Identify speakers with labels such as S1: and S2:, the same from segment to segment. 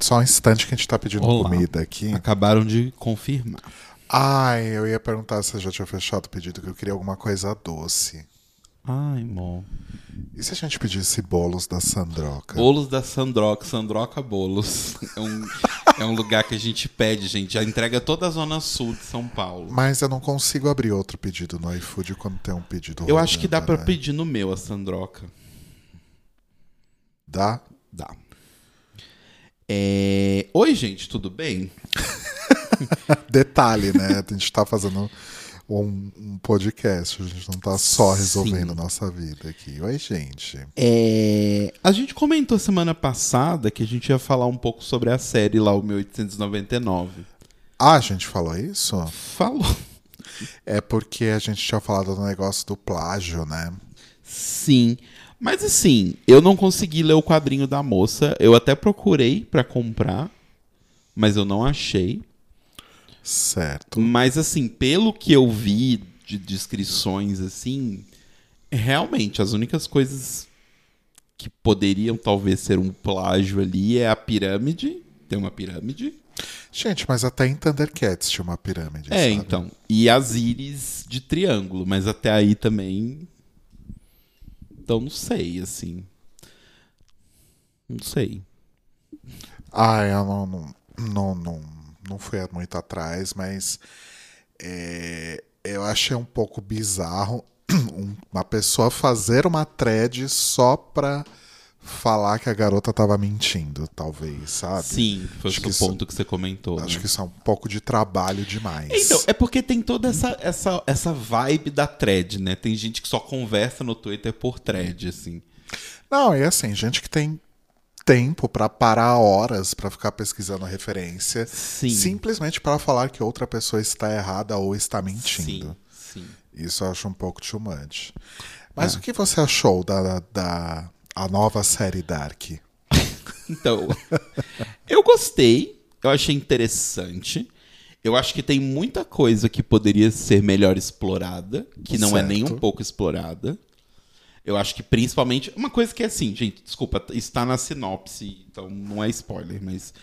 S1: Só um instante que a gente tá pedindo
S2: Olá.
S1: comida aqui.
S2: Acabaram de confirmar.
S1: Ai, eu ia perguntar se você já tinha fechado o pedido, que eu queria alguma coisa doce.
S2: Ai, amor.
S1: E se a gente pedisse bolos da Sandroca?
S2: Bolos da Sandroca, Sandroca Bolos. É um, é um lugar que a gente pede, gente. Já entrega toda a zona sul de São Paulo.
S1: Mas eu não consigo abrir outro pedido no iFood quando tem um pedido
S2: Eu acho que dá
S1: rodando,
S2: pra
S1: né?
S2: pedir no meu a Sandroca.
S1: Dá?
S2: Dá. É, Oi, gente, tudo bem?
S1: Detalhe, né? A gente tá fazendo um, um podcast, a gente não tá só resolvendo nossa vida aqui. Oi, gente.
S2: É, A gente comentou semana passada que a gente ia falar um pouco sobre a série lá, o 1899.
S1: Ah, a gente falou isso?
S2: Falou.
S1: É porque a gente tinha falado do negócio do plágio, né?
S2: Sim. Mas assim, eu não consegui ler o quadrinho da moça. Eu até procurei pra comprar, mas eu não achei.
S1: Certo.
S2: Mas assim, pelo que eu vi de descrições assim, realmente as únicas coisas que poderiam talvez ser um plágio ali é a pirâmide. Tem uma pirâmide.
S1: Gente, mas até em Thundercats tinha uma pirâmide.
S2: É,
S1: sabe?
S2: então. E as íris de triângulo, mas até aí também. Então não sei, assim. Não sei.
S1: Ah, eu não, não, não, não, não fui muito atrás, mas é, eu achei um pouco bizarro um- uma pessoa fazer uma thread só pra falar que a garota tava mentindo, talvez, sabe?
S2: Sim, foi
S1: Acho
S2: o
S1: que isso-
S2: ponto que você comentou. né?
S1: Acho que isso é um pouco de trabalho demais.
S2: Então, é porque tem toda essa, essa, essa vibe da thread, né? Tem gente que só conversa no Twitter por thread, assim.
S1: Não, e assim, gente que tem tempo pra parar horas pra ficar pesquisando referência,
S2: Sim.
S1: simplesmente pra falar que outra pessoa está errada ou está mentindo.
S2: Sim, sim.
S1: Isso eu acho um pouco too much.
S2: É.
S1: Mas o que você achou da, da a nova série Dark?
S2: Então, eu gostei, eu achei interessante. Eu acho que tem muita coisa que poderia ser melhor explorada, que não é nem um
S1: Certo.
S2: pouco explorada. Eu acho que principalmente. Uma coisa que é assim, gente, desculpa, está na sinopse, então não é spoiler, mas.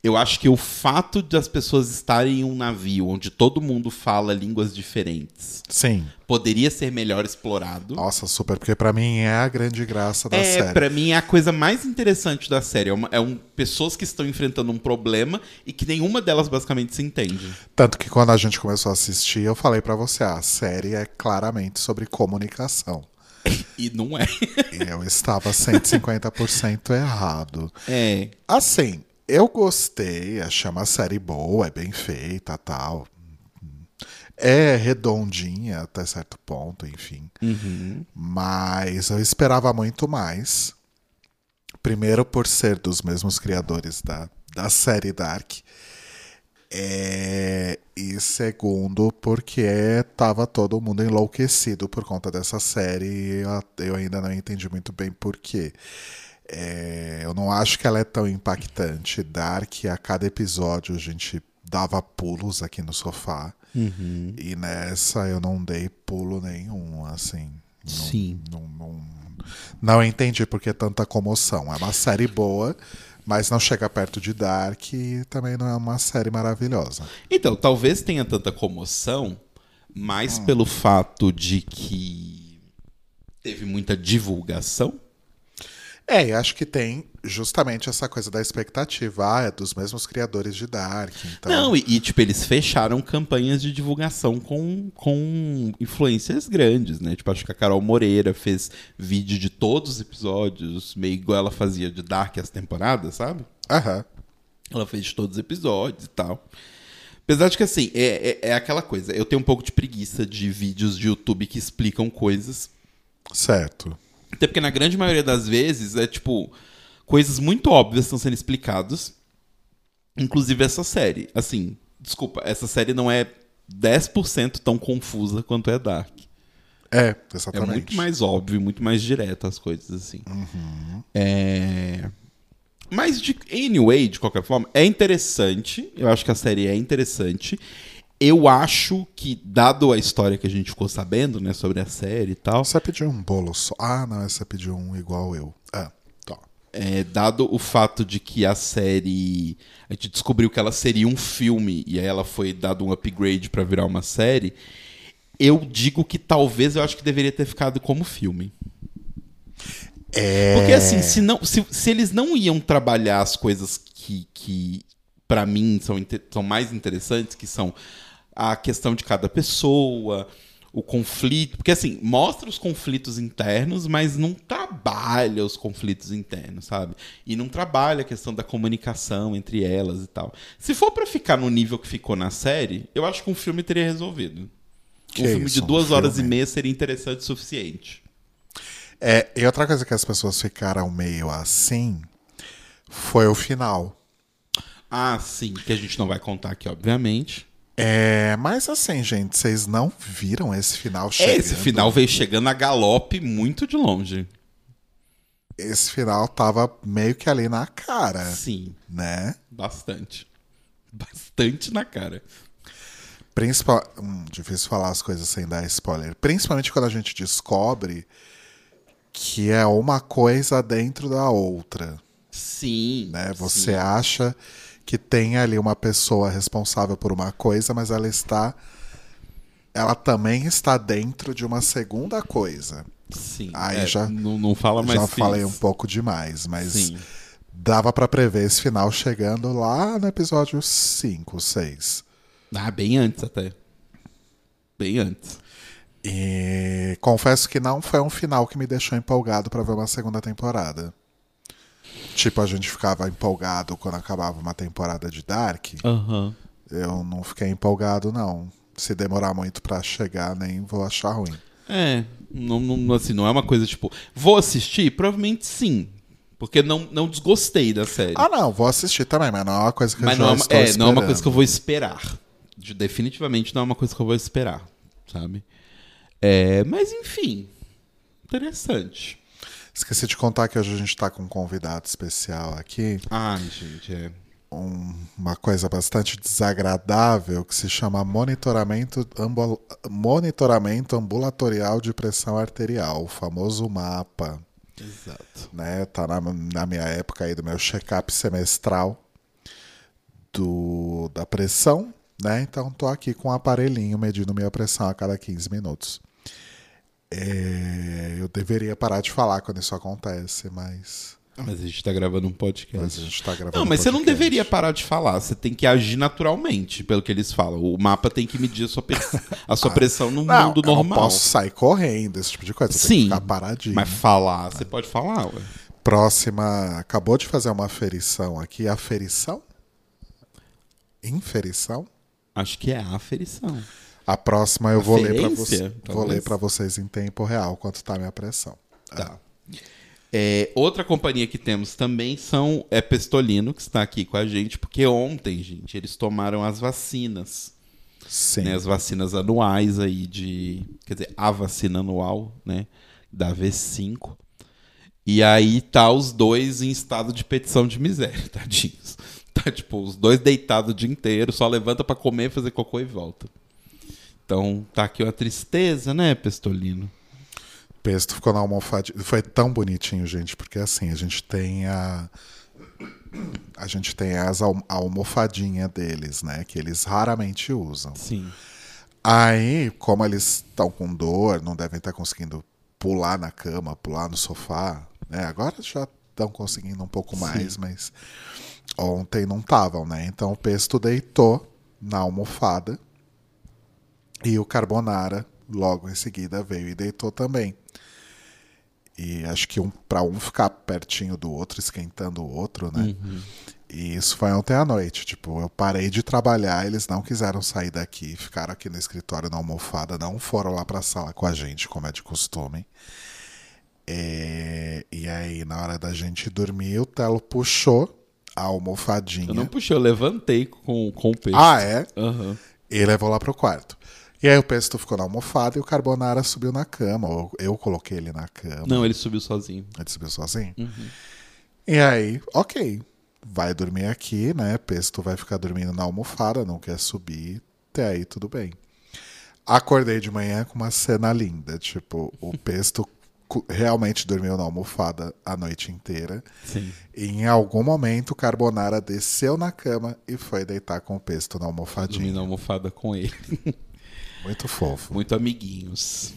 S2: Eu acho que o fato das pessoas estarem em um navio onde todo mundo fala línguas diferentes
S1: Sim.
S2: poderia ser melhor explorado.
S1: Nossa, super, porque pra mim é a grande graça da
S2: É,
S1: série.
S2: pra mim é a coisa mais interessante da série. É, uma- é um, pessoas que estão enfrentando um problema e que nenhuma delas basicamente se entende.
S1: Tanto que quando a gente começou a assistir, eu falei pra você, ah, a série é claramente sobre comunicação.
S2: E não é.
S1: E eu estava 150% errado.
S2: É.
S1: Assim, eu gostei, achei uma série boa, é bem feita, tal. É redondinha até certo ponto, enfim. Mas eu esperava muito mais. Primeiro por ser dos mesmos criadores da, da série Dark. É, e segundo, porque tava todo mundo enlouquecido por conta dessa série e eu, eu ainda não entendi muito bem por quê. É, eu não acho que ela é tão impactante. Dark, a cada episódio a gente dava pulos aqui no sofá. E nessa eu não dei pulo nenhum, assim. Não,
S2: Sim.
S1: Não, não, não entendi por que tanta comoção. É uma série boa, mas não chega perto de Dark e também não é uma série maravilhosa.
S2: Então, talvez tenha tanta comoção, mas pelo fato de que teve muita divulgação.
S1: É, e acho que tem justamente essa coisa da expectativa. Ah, é dos mesmos criadores de Dark, então.
S2: Não, e, e, tipo, eles fecharam campanhas de divulgação com, com influências grandes, né? Tipo, acho que a Carol Moreira fez vídeo de todos os episódios, meio igual ela fazia de Dark as temporadas, sabe?
S1: Aham.
S2: Ela fez de todos os episódios e tal. Apesar de que, assim, é, é, é aquela coisa. Eu tenho um pouco de preguiça de vídeos de YouTube que explicam coisas.
S1: Certo.
S2: Até porque, na grande maioria das vezes, é tipo. Coisas muito óbvias estão sendo explicadas. Inclusive essa série. Assim, desculpa, essa série não é 10% tão confusa quanto é Dark.
S1: É,
S2: É
S1: exatamente.
S2: muito mais óbvio, muito mais direto as coisas, assim. É... Mas, de... anyway, de qualquer forma, é interessante. Eu acho que a série é interessante. Eu acho que, dado a história que a gente ficou sabendo, né, sobre a série e tal,
S1: Você pediu um bolo só. Ah, não, você pediu um igual eu. Ah, tá.
S2: é, dado o fato de que a série. A gente descobriu que ela seria um filme e aí ela foi dado um upgrade pra virar uma série. Eu digo que talvez eu acho que deveria ter ficado como filme.
S1: É.
S2: Porque assim, se, não, se, se eles não iam trabalhar as coisas que, que para mim são, inte- são mais interessantes, que são a questão de cada pessoa, o conflito. Porque assim, mostra os conflitos internos, mas não trabalha os conflitos internos, sabe? E não trabalha a questão da comunicação entre elas e tal. Se for pra ficar no nível que ficou na série, eu acho que um filme teria resolvido.
S1: Que
S2: um filme
S1: isso,
S2: de
S1: um
S2: duas horas
S1: filme.
S2: e meia seria interessante o suficiente.
S1: É, e outra coisa que as pessoas ficaram meio assim foi o final.
S2: Ah, sim, que a gente não vai contar aqui, obviamente.
S1: É, mas assim, gente, vocês não viram esse final chegando?
S2: É, Esse final veio chegando a galope muito de longe.
S1: Esse final tava meio que ali na
S2: É.
S1: cara,
S2: Sim,
S1: né?
S2: bastante. Bastante na cara.
S1: Principal... Hum, difícil falar as coisas sem dar spoiler. Principalmente quando a gente descobre que é uma coisa dentro da outra,
S2: Sim.
S1: né? Você
S2: sim.
S1: acha que tem ali uma pessoa responsável por uma coisa, mas ela está... Ela também está dentro de uma segunda coisa.
S2: Sim.
S1: Aí
S2: é,
S1: já-
S2: Não, não fala mais
S1: Já
S2: que
S1: falei um
S2: isso.
S1: pouco demais, mas...
S2: Sim.
S1: Dava pra prever esse final chegando lá no episódio 5, 6.
S2: Ah, bem antes até. Bem antes.
S1: E confesso que não foi um final que me deixou empolgado pra ver uma segunda temporada. Tipo, a gente ficava empolgado quando acabava uma temporada de Dark.
S2: Aham.
S1: Eu não fiquei empolgado, não. Se demorar muito pra chegar, nem vou achar ruim.
S2: É, não, não- assim, não é uma coisa tipo, vou assistir? Provavelmente sim. Porque não, não desgostei da série.
S1: Ah, não, vou assistir também, mas não é uma coisa que eu
S2: Mas
S1: já
S2: não é, uma,
S1: estou
S2: é, não é uma coisa
S1: esperando.
S2: que eu vou esperar. De- Definitivamente não é uma coisa que eu vou esperar, sabe? É, mas enfim, interessante.
S1: Esqueci de contar que hoje a gente tá com um convidado especial aqui.
S2: Ai, gente, é.
S1: uma coisa bastante desagradável que se chama monitoramento, ambul- monitoramento ambulatorial de pressão arterial, o famoso MAPA.
S2: Exato.
S1: Né? Tá na, na minha época aí do meu check-up semestral do, da pressão, né? Então tô aqui com um aparelhinho medindo minha pressão a cada 15 minutos. É, eu deveria parar de falar quando isso acontece, mas,
S2: Mas a gente tá gravando um
S1: mas a
S2: podcast.
S1: gente tá gravando.
S2: Não, mas você não
S1: podcast.
S2: deveria parar de falar. Você tem que agir naturalmente, pelo que eles falam. O mapa tem que medir a sua, pers- a sua pressão no
S1: Não,
S2: mundo
S1: eu
S2: normal.
S1: não posso sair correndo, esse tipo de coisa. Você tem
S2: Sim,
S1: que ficar paradinho.
S2: Mas falar, você pode falar, ué.
S1: Próxima. Acabou de fazer uma aferição aqui. Aferição? Inferição?
S2: Acho que é a aferição.
S1: A próxima eu vou ler pra
S2: Aferência,
S1: vocês. Vou
S2: talvez.
S1: ler para vocês em tempo real quanto tá a minha pressão. Ah,
S2: Tá. É, outra companhia que temos também são é Pestolino, que está aqui com a gente, porque ontem, gente, eles tomaram as vacinas.
S1: Sim.
S2: né, as vacinas anuais aí de. Quer dizer, a vacina anual, né? Da V5. E aí tá os dois em estado de petição de miséria, tadinhos. Tá, tipo, os dois deitados o dia inteiro, só levanta pra comer, fazer cocô e volta. Então, tá aqui uma tristeza, né, Pestolino?
S1: O pesto ficou na almofadinha. Foi tão bonitinho, gente, porque assim, a gente tem a. A gente tem as al- a almofadinha deles, né? Que eles raramente usam.
S2: Sim.
S1: Aí, como eles estão com dor, não devem estar conseguindo pular na cama, pular no sofá, né? Agora já estão conseguindo um pouco mais, mas ontem não estavam, né? Então o Pesto deitou na almofada e o Carbonara logo em seguida veio e deitou também. E acho que um para um ficar pertinho do outro, esquentando o outro, né?
S2: Uhum.
S1: E isso foi ontem à noite. Tipo, eu parei de trabalhar, eles não quiseram sair daqui, ficaram aqui no escritório na almofada, não foram lá pra sala com a gente, como é de costume. É, E aí, na hora da gente dormir, o Telo puxou a almofadinha.
S2: Eu não puxei, eu levantei com, com o peso.
S1: Ah, é?
S2: Aham.
S1: E levou lá pro quarto. E aí o Pesto ficou na almofada e o Carbonara subiu na cama. ou Eu coloquei ele na cama.
S2: Não, ele subiu sozinho.
S1: Ele subiu sozinho. assim? E aí, ok. Vai dormir aqui, né? Pesto vai ficar dormindo na almofada, não quer subir. Até aí, tudo bem. Acordei de manhã com uma cena linda. Tipo, o Pesto cu- realmente dormiu na almofada a noite inteira.
S2: Sim.
S1: Em algum momento, Carbonara desceu na cama e foi deitar com o pesto na almofadinha.
S2: Dormindo almofada com ele.
S1: Muito fofo.
S2: Muito amiguinhos.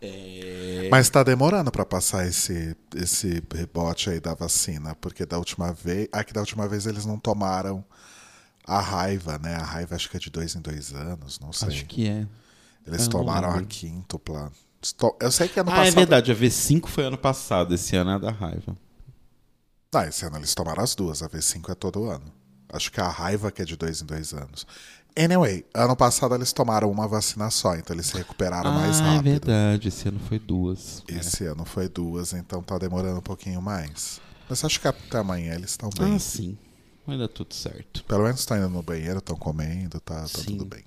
S2: É,
S1: Mas tá demorando pra passar esse, esse rebote aí da vacina, porque da última vez. Ah, que da última vez eles não tomaram a raiva, né? A raiva acho que é de dois em dois anos, não sei.
S2: acho que é.
S1: Eles
S2: eu não
S1: tomaram a
S2: lembro.
S1: quíntupla. Esto- Eu sei que ano
S2: ah, é
S1: passado.
S2: verdade. A V5 foi ano passado. Esse ano é a da raiva.
S1: Ah, esse ano eles tomaram as duas, a V5 é todo ano. Acho que a raiva que é de dois em dois anos. Anyway, ano passado eles tomaram uma vacina só, então eles se recuperaram mais
S2: ah, é
S1: rápido. É,
S2: verdade. Esse ano foi duas.
S1: Esse ano foi duas, então tá demorando um pouquinho mais. Mas acho que até amanhã eles estão bem.
S2: Ah, sim. Vai dar tudo certo.
S1: Pelo menos estão indo no banheiro, estão comendo, tá, tá
S2: Sim.
S1: tudo bem.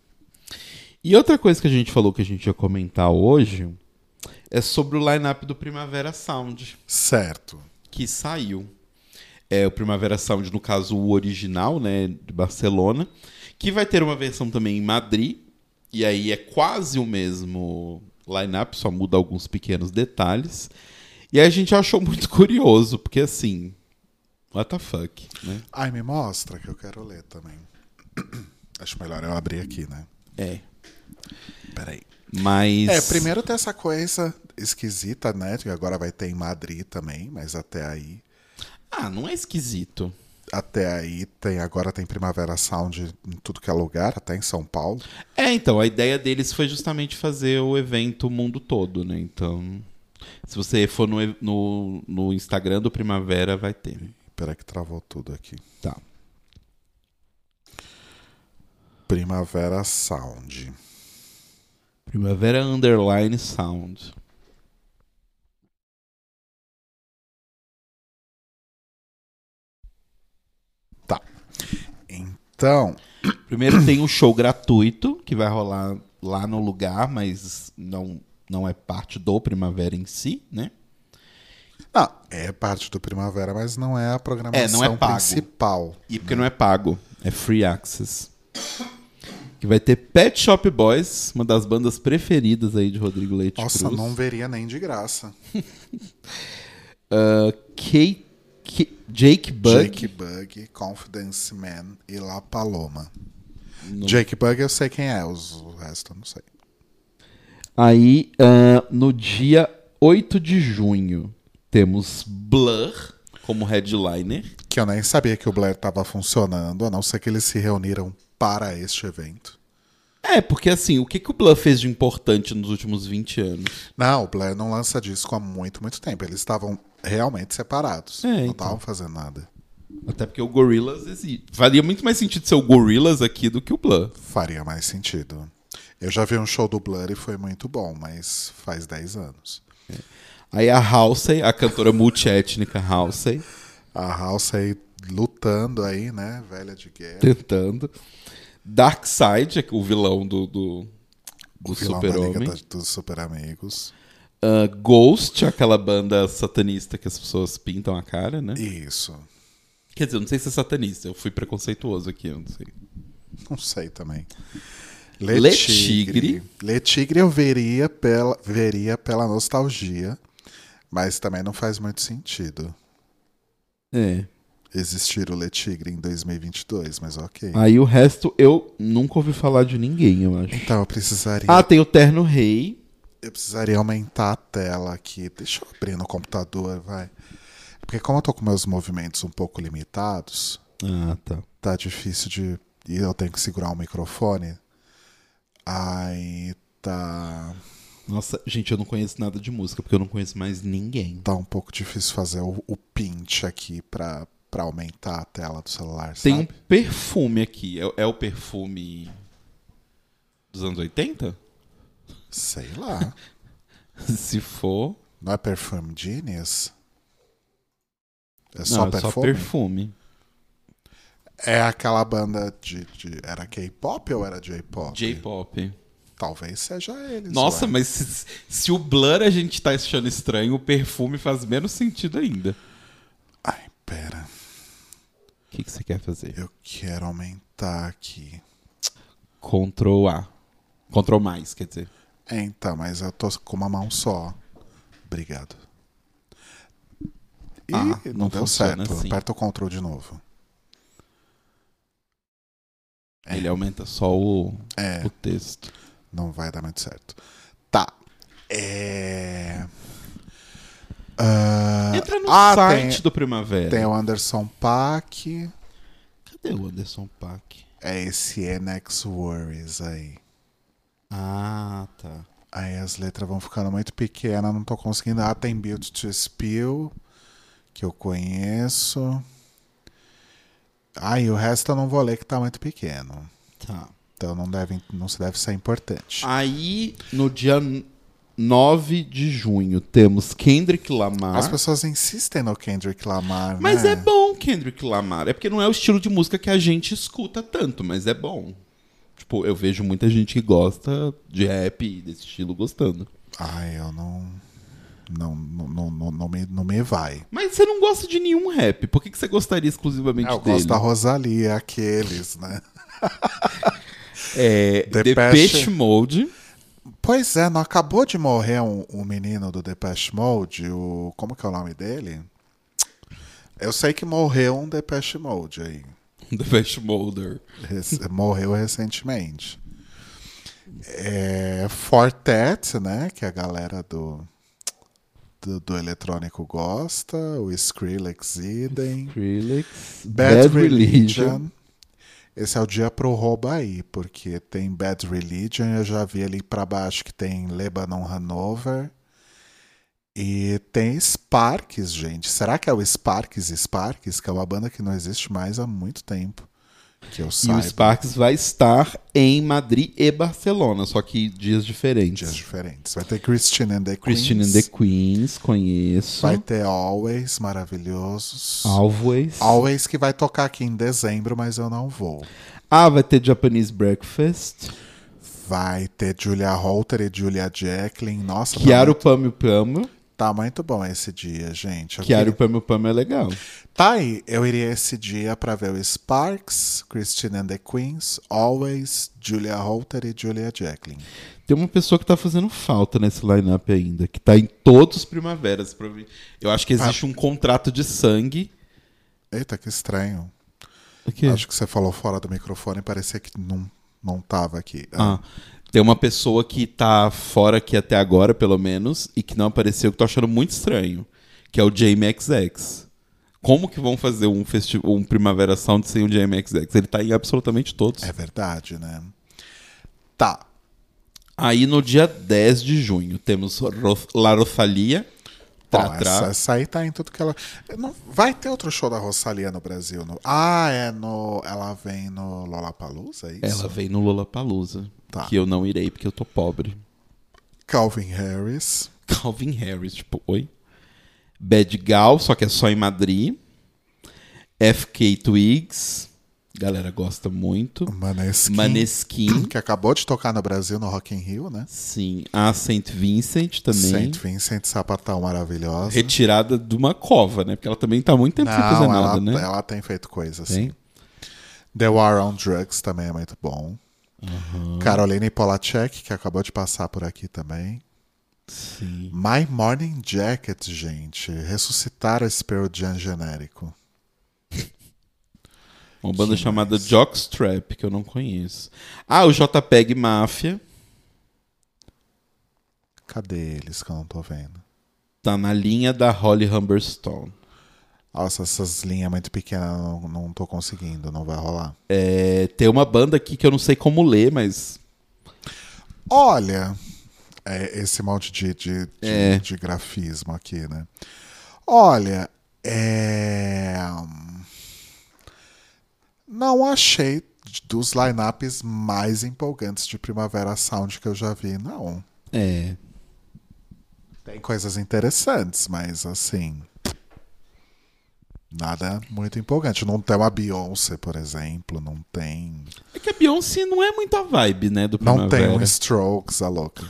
S2: E outra coisa que a gente falou que a gente ia comentar hoje é sobre o line-up do Primavera Sound,
S1: Certo.
S2: que saiu. É o Primavera Sound, no caso, o original, né, de Barcelona, que vai ter uma versão também em Madrid, e aí é quase o mesmo line-up, só muda alguns pequenos detalhes. E aí a gente achou muito curioso, porque assim, what the fuck, né?
S1: Ai, me mostra que eu quero ler também. Acho melhor eu abrir aqui, né?
S2: É.
S1: Peraí.
S2: Mas
S1: É, primeiro tem essa coisa esquisita, né? Que agora vai ter em Madrid também, mas até aí.
S2: Ah, não é esquisito.
S1: Até aí tem. Agora tem Primavera Sound em tudo que é lugar, até em São Paulo.
S2: É, então, a ideia deles foi justamente fazer o evento mundo todo, né? Então, se você for no, e- no, no Instagram do Primavera, vai ter.
S1: Peraí que travou tudo aqui.
S2: Tá.
S1: Primavera Sound.
S2: Primavera Underline Sound.
S1: Então,
S2: Primeiro tem um show gratuito, que vai rolar lá no lugar, mas não, não é parte do Primavera em si, né?
S1: não, é parte do Primavera, mas não é a programação
S2: É, não é pago.
S1: principal.
S2: E porque não é pago, é free access. Que vai ter Pet Shop Boys, uma das bandas preferidas aí de Rodrigo Leite
S1: Nossa,
S2: Cruz.
S1: não veria nem de graça.
S2: Kay- K- Jake Bug.
S1: Jake Bug, Confidence Man e La Paloma.
S2: No-
S1: Jake Bug eu sei quem é, os, o resto eu não sei.
S2: Aí, ah, no dia 8 de junho, temos Blur como headliner.
S1: Que eu nem sabia que o Blair tava funcionando, a não ser que eles se reuniram para este evento.
S2: É, porque assim, o que, que o Blur fez de importante nos últimos 20 anos?
S1: Não, o Blair não lança disco há muito, muito tempo. Eles estavam realmente separados.
S2: É,
S1: não
S2: então.
S1: estavam fazendo nada.
S2: Até porque o Gorillaz existe. Faria muito mais sentido ser o Gorillaz aqui do que o Blur.
S1: Faria mais sentido. Eu já vi um show do Blur e foi muito bom, mas faz 10 anos.
S2: Aí a Halsey, a cantora multiétnica Halsey,
S1: A House aí lutando aí, né? Velha de guerra.
S2: tentando. Darkseid, que é o vilão do, do, do
S1: O vilão da
S2: Super-Homem.
S1: Liga tá da- dos Super Amigos.
S2: Ah, Ghost, aquela banda satanista que as pessoas pintam a cara, né?
S1: Isso.
S2: Quer dizer, eu não sei se é satanista, eu fui preconceituoso aqui, eu não sei.
S1: Não sei também.
S2: Le Tigre.
S1: Le Tigre eu veria pela, veria pela nostalgia, mas também não faz muito sentido
S2: É.
S1: existir o Le Tigre em 2022, mas ok.
S2: Aí o resto eu nunca ouvi falar de ninguém, eu acho.
S1: Então eu precisaria,
S2: Ah, tem o Terno Rei.
S1: eu precisaria aumentar a tela aqui. Deixa eu abrir no computador, vai. Porque como eu tô com meus movimentos um pouco limitados,
S2: Ah, tá.
S1: tá difícil de. E eu tenho que segurar o microfone. Aí tá.
S2: Nossa, gente, eu não conheço nada de música, porque eu não conheço mais ninguém.
S1: tá um pouco difícil fazer o, o pinch aqui pra, pra aumentar a tela do celular,
S2: Tem um
S1: sabe?
S2: perfume aqui. É, é o perfume dos anos 80?
S1: Sei lá.
S2: Se for.
S1: Não é Perfume Genius? É
S2: Não,
S1: só
S2: é só
S1: perfume?
S2: perfume.
S1: É aquela banda de... de- era K-pop ou era J-pop?
S2: J-pop.
S1: Talvez seja eles.
S2: Nossa,
S1: ué.
S2: mas se, se o Blur a gente tá achando estranho, o perfume faz menos sentido ainda.
S1: Ai, pera.
S2: O que, que você quer fazer?
S1: Eu quero aumentar aqui.
S2: Ctrl A. Ctrl mais, quer dizer.
S1: É, então, mas eu tô com uma mão só. Obrigado. E
S2: Ah,
S1: não,
S2: não
S1: deu certo.
S2: funciona assim.
S1: Aperta o control de novo. É.
S2: Ele aumenta só o,
S1: É,
S2: o texto.
S1: não vai dar muito certo. Tá. É... Ah,
S2: Entra no
S1: ah,
S2: site do Primavera.
S1: Tem o Anderson Paak.
S2: Cadê o Anderson Pack?
S1: É esse NX Worries aí.
S2: Ah, tá.
S1: Aí as letras vão ficando muito pequenas, não tô conseguindo. Ah, tem Build to Spill, que eu conheço. Ah, e o resto eu não vou ler que tá muito pequeno.
S2: Tá.
S1: Então não, deve, não se deve ser importante.
S2: Aí, no dia 9 de junho, temos Kendrick Lamar.
S1: As pessoas insistem no Kendrick Lamar,
S2: Ah. Mas
S1: né?
S2: é bom Kendrick Lamar. É porque não é o estilo de música que a gente escuta tanto, mas é bom. Tipo, eu vejo muita gente que gosta de rap e desse estilo gostando.
S1: Ai, eu não... Não, não, não, não, não me, não me vai.
S2: Mas você não gosta de nenhum rap. Por que, que você gostaria exclusivamente
S1: É, Eu
S2: dele?
S1: gosto da Rosalia, aqueles, né?
S2: É,
S1: Depeche.
S2: Depeche Mode.
S1: Pois é, não acabou de morrer um, um menino do Depeche Mode, o. Como que é o nome dele? Eu sei que morreu um Depeche Mode aí.
S2: Depeche Molder.
S1: Rec- morreu recentemente. É, Fortet, né? Que a galera do, do, do eletrônico gosta, o Skrillex Iden.
S2: Skrillex.
S1: Bad, Religion. Esse é o dia pro roubo aí, porque tem Bad Religion, eu já vi ali pra baixo que tem Lebanon Hanover. E tem Sparks, gente. Será que é o Sparks Sparks, que é uma banda que não existe mais há muito tempo? Que eu
S2: E
S1: saiba.
S2: o Sparks vai estar em Madrid e Barcelona, só que dias diferentes.
S1: Dias diferentes. Vai ter Christine and the
S2: Christine and
S1: Queens.
S2: the Queens, conheço.
S1: Vai ter Always, maravilhosos.
S2: Always.
S1: Always que vai tocar aqui em dezembro, mas eu não vou.
S2: Ah, vai ter Japanese Breakfast.
S1: Vai ter Julia Holter e Julia Jacklin. Nossa, tá
S2: Kiaro Pamio Pamo.
S1: Tá muito bom esse dia, gente. Eu
S2: Kiaro
S1: queria-
S2: Pamio Pamo é legal.
S1: Tá aí, eu iria esse dia pra ver o Sparks, Christine and the Queens, Always, Julia Holter e Julia Jacklin.
S2: Tem uma pessoa que tá fazendo falta nesse line-up ainda, que tá em todos os primaveras. prova- Eu acho que
S1: Ah.
S2: existe um contrato de sangue.
S1: Eita, que estranho.
S2: Aqui.
S1: Acho que você falou fora do microfone, parecia que não, não tava aqui.
S2: Ah, tem uma pessoa que tá fora aqui até agora, pelo menos, e que não apareceu, que eu tô achando muito estranho, que é o JMXX. Como que vão fazer um, festi- um Primavera Sound sem o JMXX? Ele tá em absolutamente todos.
S1: É verdade, né? Tá.
S2: Aí no dia 10 de junho temos Ro La Rosalia.
S1: Bom,
S2: Trá, trá.
S1: essa, essa aí tá em tudo que ela. Não, vai ter outro show da Rosalia no Brasil? No... Ah, é no. Ela vem no Lollapalooza, é isso?
S2: Ela vem no Lollapalooza,
S1: Tá.
S2: que eu não irei porque eu tô pobre.
S1: Calvin Harris.
S2: Calvin Harris, tipo, oi? Bad Gal, só que é só em Madrid. FK Twigs, galera gosta muito.
S1: Maneskin.
S2: Maneskin,
S1: que acabou de tocar no Brasil no Rock in Rio, né?
S2: sim. A Saint Vincent também.
S1: Saint Vincent Sapatão maravilhosa.
S2: Retirada de uma cova, né? Porque ela também tá há muito tempo sem fazer
S1: ela,
S2: nada, né?
S1: ela tem feito coisa assim.
S2: Tem?
S1: The War on Drugs também é muito bom. Caroline Polacek, que acabou de passar por aqui também.
S2: Sim.
S1: My Morning Jacket, gente. Ressuscitaram esse Pearl Jam genérico.
S2: Uma banda chamada Jockstrap, que eu não conheço. Ah, o JPEG Máfia.
S1: Cadê eles que eu não tô vendo?
S2: Tá na linha da Holly Humberstone.
S1: Nossa, essas linhas muito pequenas eu não, não tô conseguindo, não vai rolar.
S2: É, tem uma banda aqui que eu não sei como ler, mas
S1: Olha, é, esse monte de, de, de-
S2: É.
S1: de grafismo aqui, né? Olha, é... não achei dos lineups mais empolgantes de Primavera Sound que eu já vi, não.
S2: é.
S1: Tem coisas interessantes, mas assim. Nada muito empolgante. Não tem uma Beyoncé, por exemplo. Não tem.
S2: É que a Beyoncé não é muito a vibe, né? Do
S1: Não tem
S2: Primavera.
S1: um Strokes, a louca.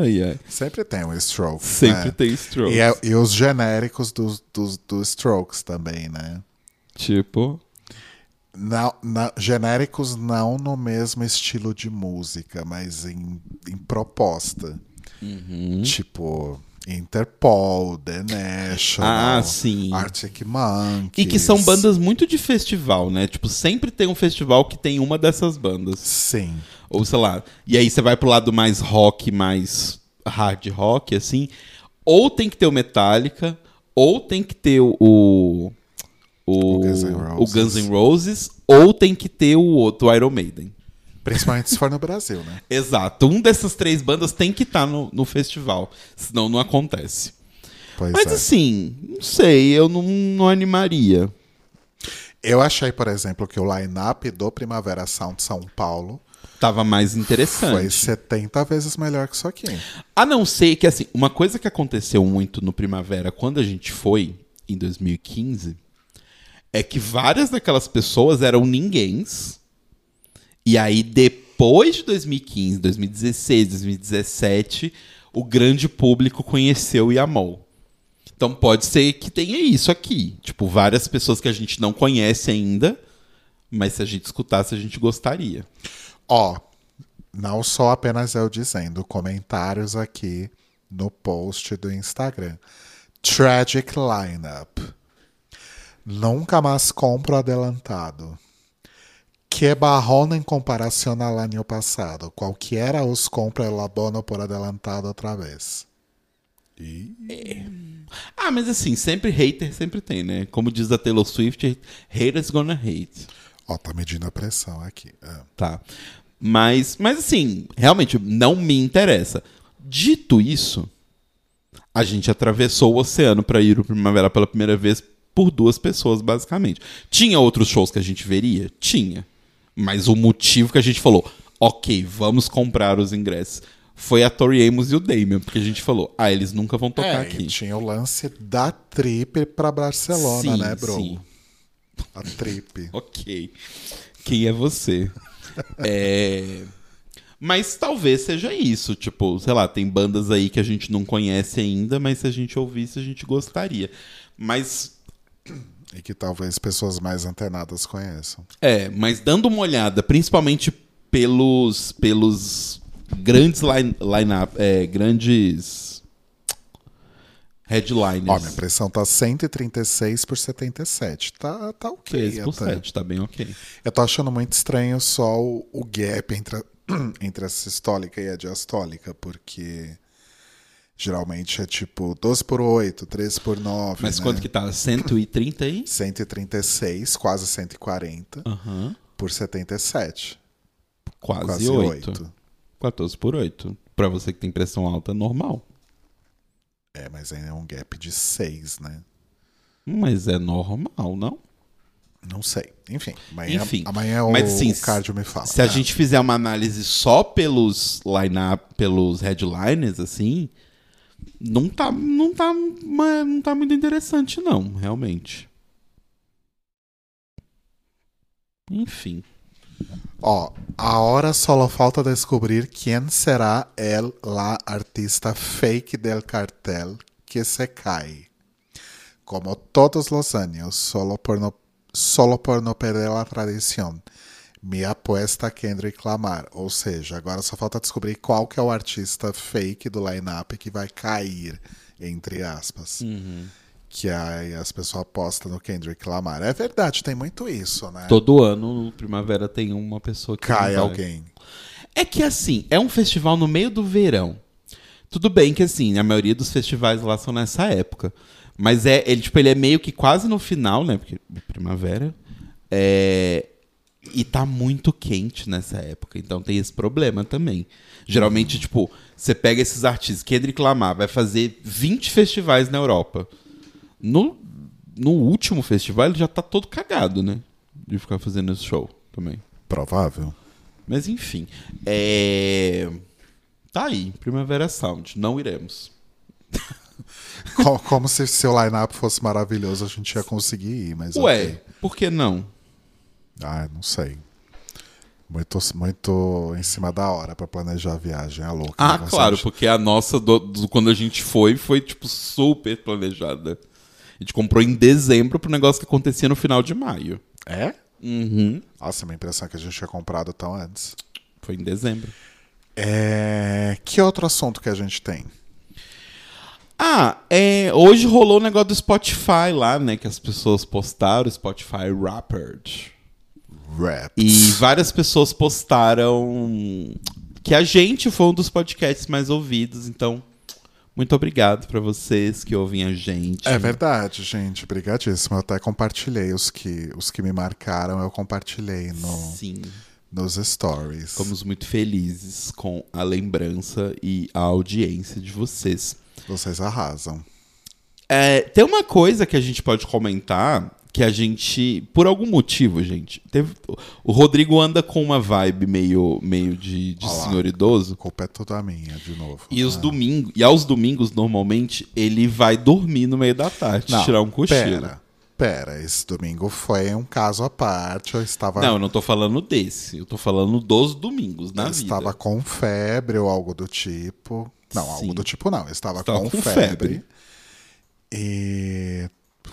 S2: Ai, ai.
S1: Sempre tem um Strokes.
S2: Sempre
S1: né?
S2: tem Strokes.
S1: E, é- e os genéricos dos, dos, dos Strokes também, né?
S2: Tipo.
S1: Não, não- genéricos não no mesmo estilo de música, mas em, em proposta.
S2: Uhum.
S1: Tipo, Interpol, The National,
S2: Ah, sim.
S1: Arctic Monkeys.
S2: E que são bandas muito de festival, né? Tipo, sempre tem um festival que tem uma dessas bandas.
S1: Sim.
S2: Ou sei lá. E aí você vai pro lado mais rock, mais hard rock, assim. Ou tem que ter o Metallica, ou tem que ter o. O,
S1: O Guns N'
S2: o Guns N' Roses, ou tem que ter o outro o Iron Maiden.
S1: Principalmente se for no Brasil, né?
S2: Exato. Um dessas três bandas tem que estar no, no festival. Senão não acontece.
S1: Pois
S2: Mas
S1: é.
S2: assim, não sei, eu não, não animaria.
S1: Eu achei, por exemplo, que o line-up do Primavera Sound São Paulo
S2: Tava mais interessante.
S1: foi 70 vezes melhor que isso aqui.
S2: A não ser que, assim, uma coisa que aconteceu muito no Primavera quando a gente foi, em 2015, é que várias daquelas pessoas eram ninguéms. E aí, depois de 2015, 2016, 2017, o grande público conheceu e amou. Então pode ser que tenha isso aqui. Tipo, várias pessoas que a gente não conhece ainda, mas se a gente escutasse, a gente gostaria.
S1: Ó, não só apenas eu dizendo, comentários aqui no post do Instagram. Tragic lineup. Nunca mais compro adelantado. Que barrona em comparação ao ano passado. Qualquera os compra el abono por adelantado outra vez.
S2: Ah, mas assim, sempre hater sempre tem, né? Como diz a Taylor Swift, haters gonna hate.
S1: Ó, tá medindo a pressão aqui. Ah.
S2: Tá. Mas, mas assim, realmente não me interessa. Dito isso, a gente atravessou o oceano pra ir ao Primavera pela primeira vez por duas pessoas, basicamente. Tinha outros shows que a gente veria? Tinha. Mas o motivo que a gente falou, ok, vamos comprar os ingressos, foi a Tori Amos e o Damien, porque a gente falou, ah, eles nunca vão
S1: É,
S2: tocar
S1: e
S2: aqui.
S1: tinha o lance da trip pra Barcelona,
S2: Sim,
S1: né, bro?
S2: sim.
S1: A trip.
S2: Ok. Quem é você? É, Mas talvez seja isso. Tipo, sei lá, tem bandas aí que a gente não conhece ainda, mas se a gente ouvisse, a gente gostaria. Mas.
S1: E que talvez pessoas mais antenadas conheçam.
S2: É, mas dando uma olhada, principalmente pelos. pelos grandes line, line-up, é, grandes. Headliners.
S1: Ó, minha pressão tá 136 por 77. Tá, tá ok.
S2: 3 por
S1: até.
S2: 7, tá bem ok.
S1: Eu tô achando muito estranho só o, o gap entre a, entre a sistólica e a diastólica, porque geralmente é tipo 12 por 8, 13 por 9.
S2: Mas
S1: né?
S2: quanto que tá? 130 aí?
S1: 136, quase 140
S2: Aham.
S1: por 77.
S2: Quase,
S1: Quase
S2: 8.
S1: 8.
S2: 14 por 8. Pra você que tem pressão alta, normal.
S1: É, mas ainda é um gap de 6, né?
S2: Mas é normal, não?
S1: Não sei. Enfim, amanhã,
S2: Enfim,
S1: amanhã o,
S2: mas sim,
S1: o cardio me fala.
S2: Se a
S1: É.
S2: gente fizer uma análise só pelos line-up, pelos headliners, assim, não tá, não tá, ma- não tá muito interessante, não, realmente. Enfim.
S1: Ó, ahora solo falta descobrir quem será el la artista fake del cartel que se cae. Como todos los años, solo por no, solo por no perder la tradición. Me aposta a Kendrick Lamar. Ou seja, agora só falta descobrir qual que é o artista fake do line-up que vai cair, entre aspas.
S2: Uhum.
S1: Que aí as pessoas apostam no Kendrick Lamar. É verdade, tem muito isso, né?
S2: Todo ano, no Primavera, tem uma pessoa que
S1: Cai
S2: não vai.
S1: alguém.
S2: É que assim, é um festival no meio do verão. Tudo bem que assim, a maioria dos festivais lá são nessa época. Mas é, ele, tipo, ele é meio que quase no final, né? Porque é primavera. É, E tá muito quente nessa época. Então tem esse problema também. Geralmente, tipo, você pega esses artistas, Kendrick Lamar vai fazer 20 festivais na Europa. No, no último festival ele já tá todo cagado, né? De ficar fazendo esse show também.
S1: Provável.
S2: Mas enfim. É... Tá aí, Primavera Sound. Não iremos.
S1: Co- Como, se seu line-up fosse maravilhoso, a gente ia conseguir ir, mas.
S2: Ué,
S1: ok.
S2: por que não?
S1: Ah, não sei. Muito, muito em cima da hora pra planejar a viagem, é louco.
S2: Ah,
S1: né? Você
S2: claro,
S1: acha-
S2: porque a nossa, do, do- quando a gente foi, foi tipo super planejada. A gente comprou em dezembro pro negócio que acontecia no final de maio.
S1: É?
S2: Uhum.
S1: Nossa, minha impressão é que a gente tinha comprado tão antes.
S2: Foi em dezembro.
S1: É... Que outro assunto que a gente tem?
S2: Ah, é, hoje rolou o negócio do Spotify lá, né? Que as pessoas postaram, Spotify Wrapped.
S1: Rap.
S2: E várias pessoas postaram que a gente foi um dos podcasts mais ouvidos, então muito obrigado pra vocês que ouvem a gente.
S1: É verdade, gente. Obrigadíssimo. Eu até compartilhei os que, os que me marcaram, eu compartilhei no,
S2: Sim.
S1: nos stories.
S2: Ficamos muito felizes com a lembrança e a audiência de vocês.
S1: Vocês arrasam.
S2: É, tem uma coisa que a gente pode comentar que a gente, por algum motivo, gente, teve- o Rodrigo anda com uma vibe meio, meio de, de
S1: Olha lá.
S2: senhor idoso.
S1: A culpa é toda minha, de novo.
S2: E os
S1: Ah.
S2: domingos, e aos domingos normalmente ele vai dormir no meio da tarde,
S1: Não,
S2: tirar um cochilo.
S1: Pera, pera, esse domingo foi um caso à parte. Eu estava,
S2: Não, eu não tô falando desse, eu tô falando dos domingos na
S1: eu
S2: vida.
S1: estava com febre ou algo do tipo. Não,
S2: Sim.
S1: algo do tipo não. Eu estava,
S2: Estava
S1: com,
S2: com
S1: febre. E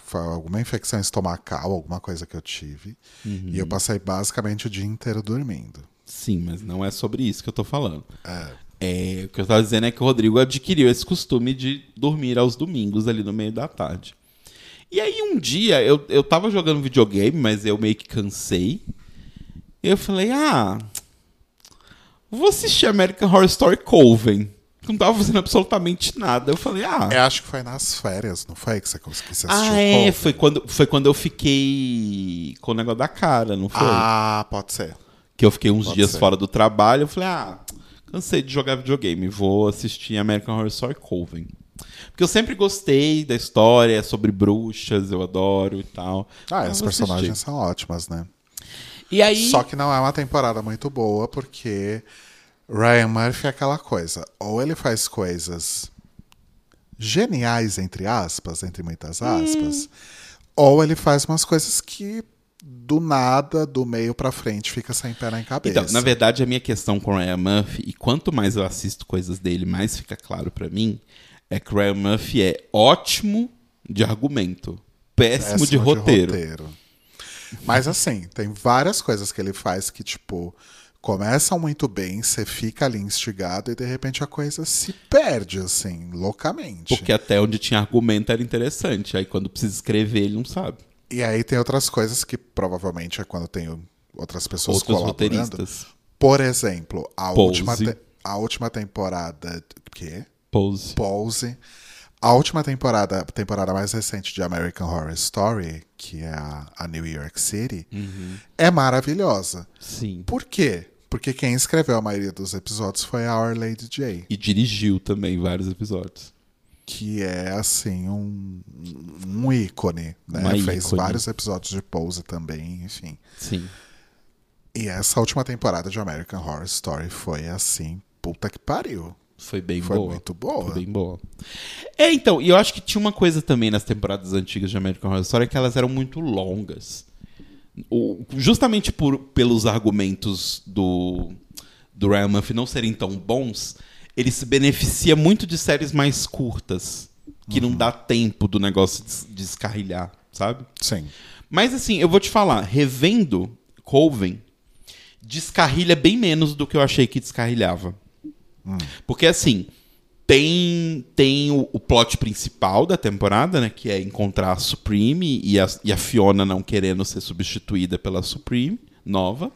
S1: foi alguma infecção estomacal, alguma coisa que eu tive. E
S2: Uhum.
S1: eu passei basicamente o dia inteiro dormindo.
S2: Sim, mas não é sobre isso que eu tô falando.
S1: É,
S2: É, o que eu tava dizendo é que o Rodrigo adquiriu esse costume de dormir aos domingos ali no meio da tarde. E aí um dia eu, eu tava jogando videogame, mas eu meio que cansei. Eu falei, ah, vou assistir American Horror Story Coven. que Não tava fazendo absolutamente nada. Eu falei, ah.
S1: Eu acho que foi nas férias, não foi que É, você conseguiu assistir
S2: Ah,
S1: o
S2: é,
S1: Coven?
S2: foi quando, foi quando eu fiquei com o negócio da cara, não foi?
S1: Ah, pode ser.
S2: Que eu fiquei uns
S1: Pode
S2: dias
S1: ser.
S2: fora do trabalho. Eu falei, ah, cansei de jogar videogame, vou assistir American Horror Story Coven. Porque eu sempre gostei da história, é sobre bruxas, eu adoro e tal.
S1: Ah,
S2: Então,
S1: as
S2: vou assistir.
S1: personagens são ótimas, né?
S2: E aí.
S1: Só que não é uma temporada muito boa, porque Ryan Murphy é aquela coisa. Ou ele faz coisas geniais, entre aspas, entre muitas aspas, ou ele faz umas coisas que do nada, do meio pra frente, fica sem pé nem cabeça.
S2: Então, na verdade, a minha questão com o Ryan Murphy, e quanto mais eu assisto coisas dele, mais fica claro pra mim, é que o Ryan Murphy é ótimo de argumento, péssimo,
S1: Péssimo
S2: é de roteiro.
S1: Mas assim, tem várias coisas que ele faz que, tipo, começam muito bem, você fica ali instigado e de repente a coisa se perde, assim, loucamente.
S2: Porque até onde tinha argumento era interessante. Aí quando precisa escrever, ele não sabe.
S1: E aí tem outras coisas que provavelmente é quando tem outras pessoas
S2: Outros
S1: colaborando.
S2: roteiristas.
S1: Por exemplo, a
S2: Pose.
S1: última, te- a última temporada. Que?
S2: Pose.
S1: Pose. A última temporada, a temporada mais recente de American Horror Story, que é a, a New York City,
S2: Uhum.
S1: é maravilhosa.
S2: Sim.
S1: Por quê? Porque quem escreveu a maioria dos episódios foi a Our Lady J,
S2: E dirigiu também vários episódios.
S1: que é assim um, um ícone, né?
S2: Uma
S1: Fez
S2: ícone.
S1: vários episódios de Pose também, enfim.
S2: Sim.
S1: E essa última temporada de American Horror Story foi assim, puta que pariu.
S2: Foi bem
S1: Foi
S2: boa.
S1: muito boa.
S2: Foi bem boa. É, então, e eu acho que tinha uma coisa também nas temporadas antigas de American Horror Story é que elas eram muito longas. O- justamente por, pelos argumentos do, do Ryan Murphy não serem tão bons, ele se beneficia muito de séries mais curtas, que
S1: Uhum.
S2: não dá tempo do negócio des- descarrilhar, sabe?
S1: Sim.
S2: Mas assim, eu vou te falar, revendo Colvin, descarrilha bem menos do que eu achei que descarrilhava. Porque assim, tem tem o, o plot principal da temporada, né, que é encontrar a Supreme e a, e a Fiona não querendo ser substituída pela Supreme nova.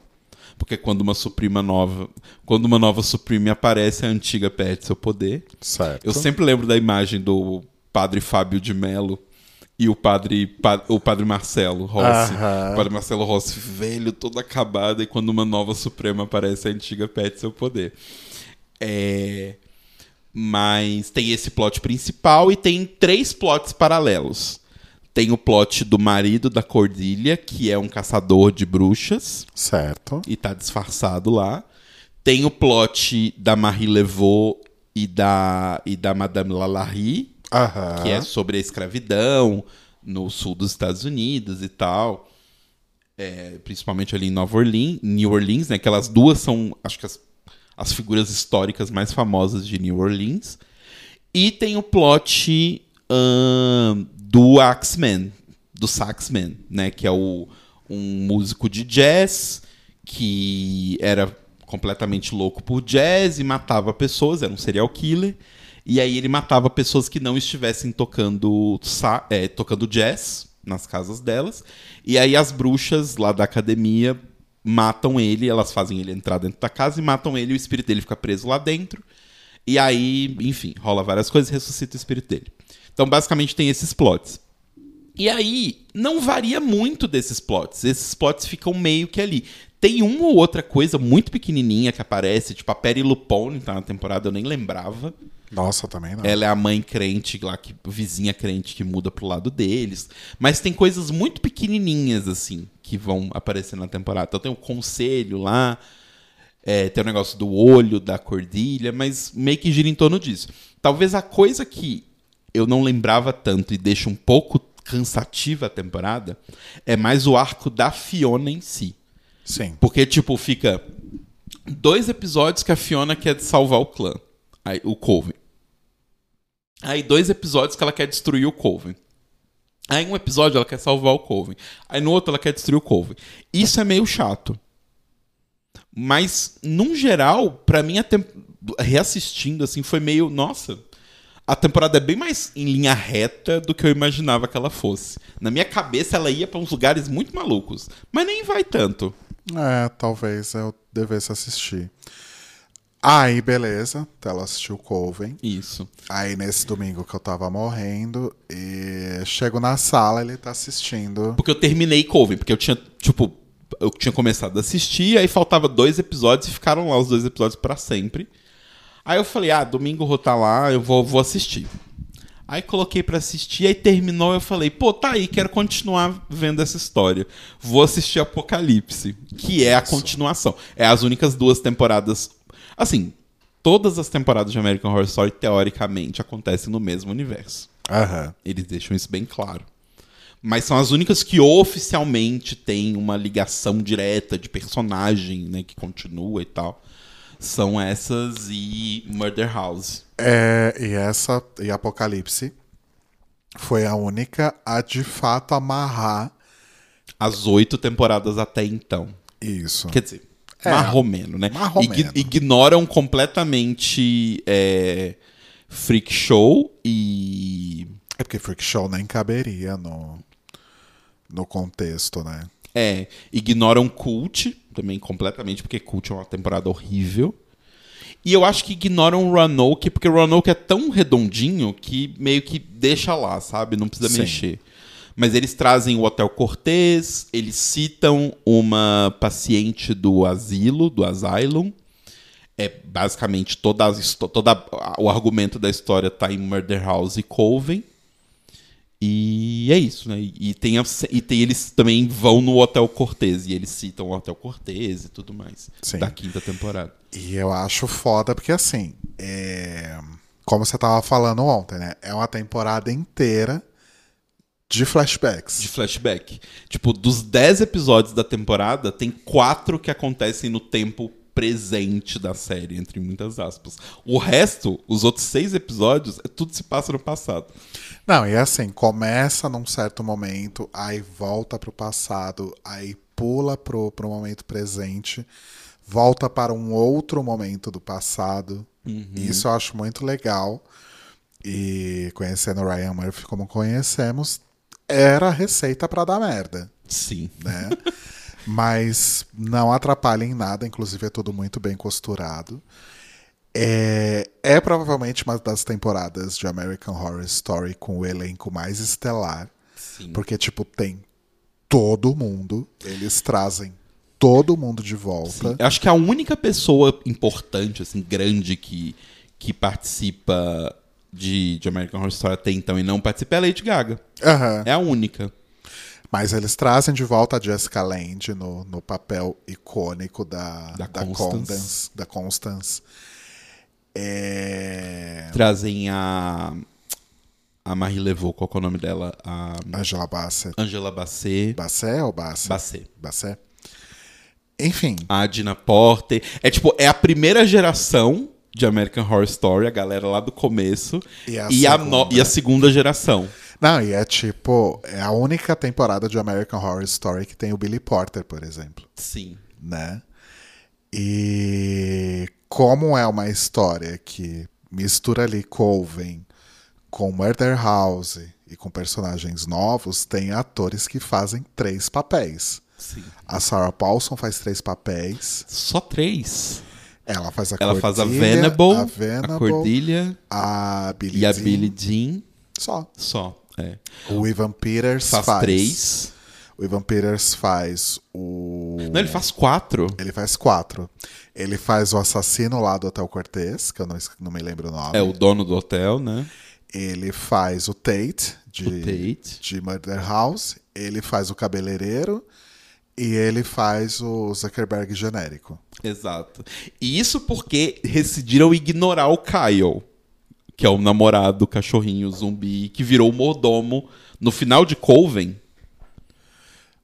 S2: Porque quando uma Suprema nova, quando uma nova Supreme aparece, a antiga perde seu poder.
S1: Certo.
S2: Eu sempre lembro da imagem do padre Fábio de Mello e o padre, pa- o padre Marcelo Rossi.
S1: Aham.
S2: O padre Marcelo Rossi, velho, todo acabado, e quando uma nova Suprema aparece, a antiga perde seu poder. É, Mas tem esse plot principal e tem três plots paralelos. Tem o plot do marido da Cordilha, que é um caçador de bruxas
S1: Certo.
S2: e tá disfarçado lá. Tem o plot da Marie Levaux e da, e da Madame Lalari,
S1: Aham.
S2: que é sobre a escravidão no sul dos Estados Unidos e tal. É, principalmente ali em Nova Orleans, New Orleans, né? Que elas duas são, acho que as, as figuras históricas mais famosas de New Orleans. E tem o plot ahn, do Axeman, do Saxman, né? Que é o, um músico de jazz que era completamente louco por jazz e matava pessoas, era um serial killer. E aí ele matava pessoas que não estivessem tocando, sa- é, tocando jazz nas casas delas. E aí as bruxas lá da academia matam ele, elas fazem ele entrar dentro da casa e matam ele, e o espírito dele fica preso lá dentro. E aí, enfim, rola várias coisas, ressuscita o espírito dele. Então, basicamente, tem esses plots. E aí, não varia muito desses plots. Esses plots ficam meio que ali. Tem uma ou outra coisa muito pequenininha que aparece, tipo a Perry Lupone tá na temporada, eu nem lembrava.
S1: Nossa, também não.
S2: Ela é a mãe crente lá, que, vizinha crente que muda pro lado deles. Mas tem coisas muito pequenininhas, assim, que vão aparecer na temporada. Então tem o conselho lá, é, tem o negócio do olho, da cordilha, mas meio que gira em torno disso. Talvez a coisa que eu não lembrava tanto e deixa um pouco cansativa a temporada é mais o arco da Fiona em si.
S1: Sim.
S2: Porque, tipo, fica dois episódios que a Fiona quer salvar o clã, aí, o Coven. Aí dois episódios que ela quer destruir o Coven. Aí um episódio ela quer salvar o Coven. Aí no outro ela quer destruir o Coven. Isso é meio chato. Mas, num geral, pra mim, a tem- reassistindo, assim, foi meio. Nossa, a temporada é bem mais em linha reta do que eu imaginava que ela fosse. Na minha cabeça, ela ia pra uns lugares muito malucos. Mas nem vai tanto.
S1: É, talvez eu devesse assistir. Aí, beleza. Então Ela assistiu Coven.
S2: Isso.
S1: Aí, nesse domingo que eu tava morrendo, e chego na sala, ele tá assistindo.
S2: Porque eu terminei Coven, porque eu tinha, tipo, eu tinha começado a assistir, aí faltava dois episódios e ficaram lá os dois episódios pra sempre. Aí eu falei, ah, domingo eu vou estar lá, eu vou, vou assistir. Aí coloquei pra assistir, aí terminou, eu falei, pô, tá aí, quero continuar vendo essa história. Vou assistir Apocalipse, que é a continuação. É as únicas duas temporadas. Assim, todas as temporadas de American Horror Story, teoricamente, acontecem no mesmo universo.
S1: Aham.
S2: Eles deixam isso bem claro. Mas são as únicas que oficialmente têm uma ligação direta de personagem, né? Que continua e tal. São essas e Murder House.
S1: É, e essa, e Apocalipse, foi a única a de fato amarrar
S2: As oito temporadas até então.
S1: isso.
S2: Quer dizer,
S1: É.
S2: marromeno, né?
S1: Marromeno.
S2: Ign- ignoram completamente é, Freak Show e.
S1: É porque Freak Show nem caberia no, no contexto, né?
S2: É, ignoram Cult também completamente, porque Cult é uma temporada horrível. E eu acho que ignoram Roanoke, porque Roanoke é tão redondinho que meio que deixa lá, sabe? Não precisa
S1: Sim.
S2: mexer. Mas eles trazem o Hotel Cortez, eles citam uma paciente do asilo, do asylum. É basicamente toda, as histó- toda a- o argumento da história tá em Murder House e Coven. E é isso, né? E tem, a- e tem- eles também vão no Hotel Cortez e eles citam o Hotel Cortez e tudo mais
S1: Sim.
S2: da quinta temporada.
S1: E eu acho foda porque assim, é... como você tava falando ontem, né? É uma temporada inteira de flashbacks.
S2: De flashback. Tipo, dos 10 episódios da temporada, tem quatro que acontecem no tempo presente da série, entre muitas aspas. O resto, os outros seis episódios, é tudo se passa no passado.
S1: Não, e assim, começa num certo momento, aí volta pro passado, aí pula pro, pro momento presente, volta para um outro momento do passado. Isso eu acho muito legal. E conhecendo o Ryan Murphy como conhecemos, era a receita pra dar merda,
S2: Sim.
S1: né? Mas não atrapalha em nada, inclusive é tudo muito bem costurado. É, é provavelmente uma das temporadas de American Horror Story com o elenco mais estelar,
S2: Sim.
S1: porque, tipo, tem todo mundo, eles trazem todo mundo de
S2: Sim.
S1: volta.
S2: Eu acho que a única pessoa importante, assim, grande que, que participa de, de American Horror Story até então e não participa é a Lady Gaga.
S1: Aham.
S2: É a única.
S1: Mas eles trazem de volta a Jessica Lange no, no papel icônico da,
S2: Da
S1: da,
S2: Constance.
S1: Constance. Da Constance. É...
S2: Trazem a. A Marie Levaux, qual que é o nome dela? A
S1: Angela Bassett.
S2: Angela Basset.
S1: Bassett ou Bassett?
S2: Basset.
S1: Bassett. Enfim,
S2: A Dina Porter. É tipo, é a primeira geração de American Horror Story, a galera lá do começo.
S1: E é a
S2: e a no-
S1: segunda.
S2: e a segunda geração.
S1: Não, e é tipo, é a única temporada de American Horror Story que tem o Billy Porter, por exemplo,
S2: Sim.
S1: né? E como é uma história que mistura ali Colvin com Murder House e com personagens novos, tem atores que fazem três papéis.
S2: Sim.
S1: A Sarah Paulson faz três papéis.
S2: Só três.
S1: Ela faz a
S2: Ela
S1: Cordelia,
S2: faz a Venable,
S1: a,
S2: a,
S1: Venable,
S2: Cordelia
S1: a Billie
S2: e a
S1: Jean.
S2: Billie Jean.
S1: Só.
S2: Só. É.
S1: O Ivan Peters faz,
S2: Faz, três.
S1: O Ivan Peters faz o.
S2: Não, ele faz quatro.
S1: Ele faz quatro. Ele faz o assassino lá do Hotel Cortez, que eu não, es- não me lembro o nome.
S2: É o dono do hotel, né?
S1: Ele faz o Tate, de,
S2: O Tate.
S1: de Murder House. Ele faz o cabeleireiro. E ele faz o Zuckerberg genérico.
S2: Exato. E isso porque decidiram ignorar o Kyle, que é o namorado, o cachorrinho, o zumbi, que virou o mordomo no final de Coven.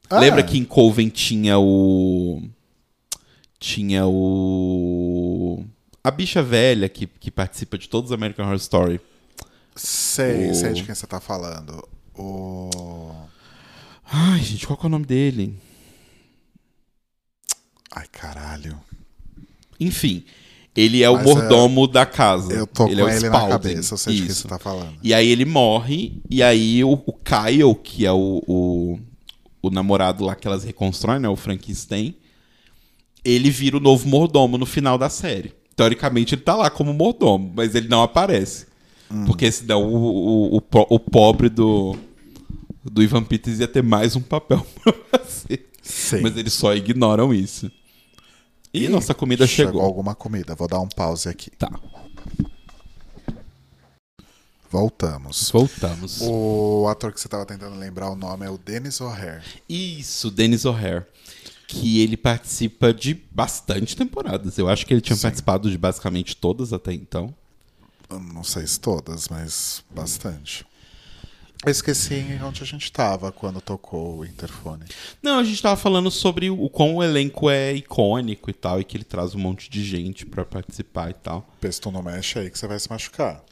S1: Ah.
S2: Lembra que em Coven tinha o. Tinha o. A bicha velha que, que participa de todos os American Horror Story.
S1: Sei,
S2: O-
S1: sei de quem você tá falando. O.
S2: Ai, gente, qual que é o nome dele?
S1: Ai, caralho.
S2: Enfim, ele é o
S1: Mas, é,
S2: mordomo da casa.
S1: Eu tô
S2: ele
S1: com
S2: é o
S1: ele na
S2: Spalding.
S1: cabeça, eu sei de quem
S2: Isso.
S1: você tá falando.
S2: E aí ele morre, e aí o, o Kyle, que é o, o, o namorado lá que elas reconstroem, né? O Frankenstein, ele vira o novo mordomo no final da série. Teoricamente ele tá lá como mordomo, mas ele não aparece.
S1: Hum.
S2: Porque senão o, o, o, po- o pobre do, do Ivan Peters ia ter mais um papel pra fazer.
S1: Sim.
S2: Mas eles só ignoram isso. E nossa comida chegou.
S1: alguma comida. Vou dar um pause aqui.
S2: Tá,
S1: Voltamos.
S2: voltamos. Uhum.
S1: O ator que você tava tentando lembrar o nome é o Dennis O'Hare.
S2: Isso, Dennis O'Hare. Que ele participa de bastante temporadas. Eu acho que ele tinha participado de basicamente todas até então.
S1: Eu Não sei se todas, mas bastante. Eu esqueci onde a gente tava quando tocou o interfone.
S2: Não, a gente tava falando sobre o quão o elenco é icônico e tal, e que ele traz um monte de gente pra participar e tal.
S1: Pesto não mexe aí que você vai se machucar.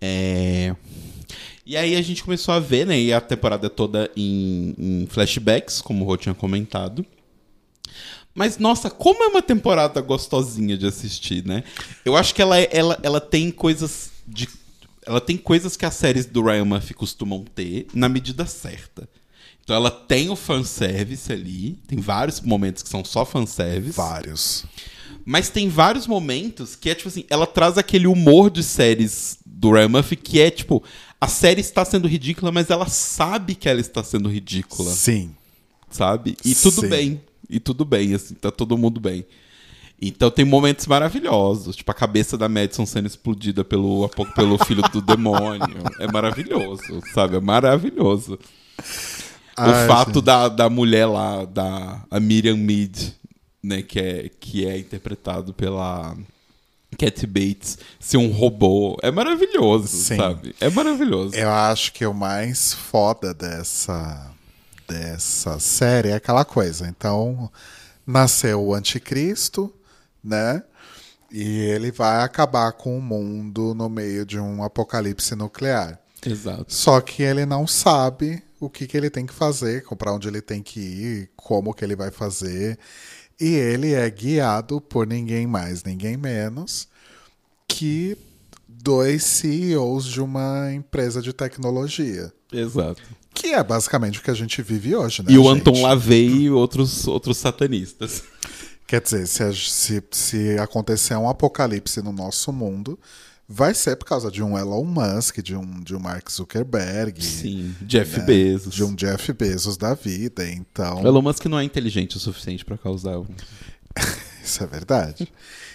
S2: É. E aí a gente começou a ver, né? E a temporada é toda em, em flashbacks, como o Rô tinha comentado. Mas, nossa, como é uma temporada gostosinha de assistir, né? Eu acho que ela, é- ela, ela tem coisas de. Ela tem coisas que as séries do Ryan Murphy costumam ter na medida certa. Então ela tem o fanservice ali, tem vários momentos que são só fanservice.
S1: Vários.
S2: Mas tem vários momentos que é tipo assim, ela traz aquele humor de séries do Ryan Murphy que é tipo, a série está sendo ridícula, mas ela sabe que ela está sendo ridícula,
S1: Sim.
S2: sabe? E tudo
S1: Sim.
S2: bem, e tudo bem, assim, tá todo mundo bem. Então tem momentos maravilhosos, tipo a cabeça da Madison sendo explodida pelo, apo- pelo filho do demônio. É maravilhoso, sabe? É maravilhoso.
S1: Ai,
S2: o fato da, da mulher lá, da a Miriam Mead, né, que é, que é interpretado pela Cat Bates, ser um robô, é maravilhoso,
S1: Sim.
S2: sabe? É maravilhoso.
S1: Eu acho que o mais foda dessa, dessa série é aquela coisa. Então, nasceu o anticristo, né? E ele vai acabar com o mundo no meio de um apocalipse nuclear.
S2: Exato.
S1: Só que ele não sabe o que, que ele tem que fazer, para onde ele tem que ir, como que ele vai fazer. E ele é guiado por ninguém mais, ninguém menos que dois CEOs de uma empresa de tecnologia.
S2: Exato.
S1: Que é basicamente o que a gente vive hoje, né?
S2: E o
S1: gente?
S2: Anton Lavey e outros, outros satanistas.
S1: Quer dizer, se, a- se, se acontecer um apocalipse no nosso mundo, vai ser por causa de um Elon Musk, de um, de um Mark Zuckerberg,
S2: Sim. Jeff Bezos.
S1: de um Jeff Bezos da vida. Então,
S2: O Elon Musk não é inteligente o suficiente pra causar um...
S1: Isso é verdade.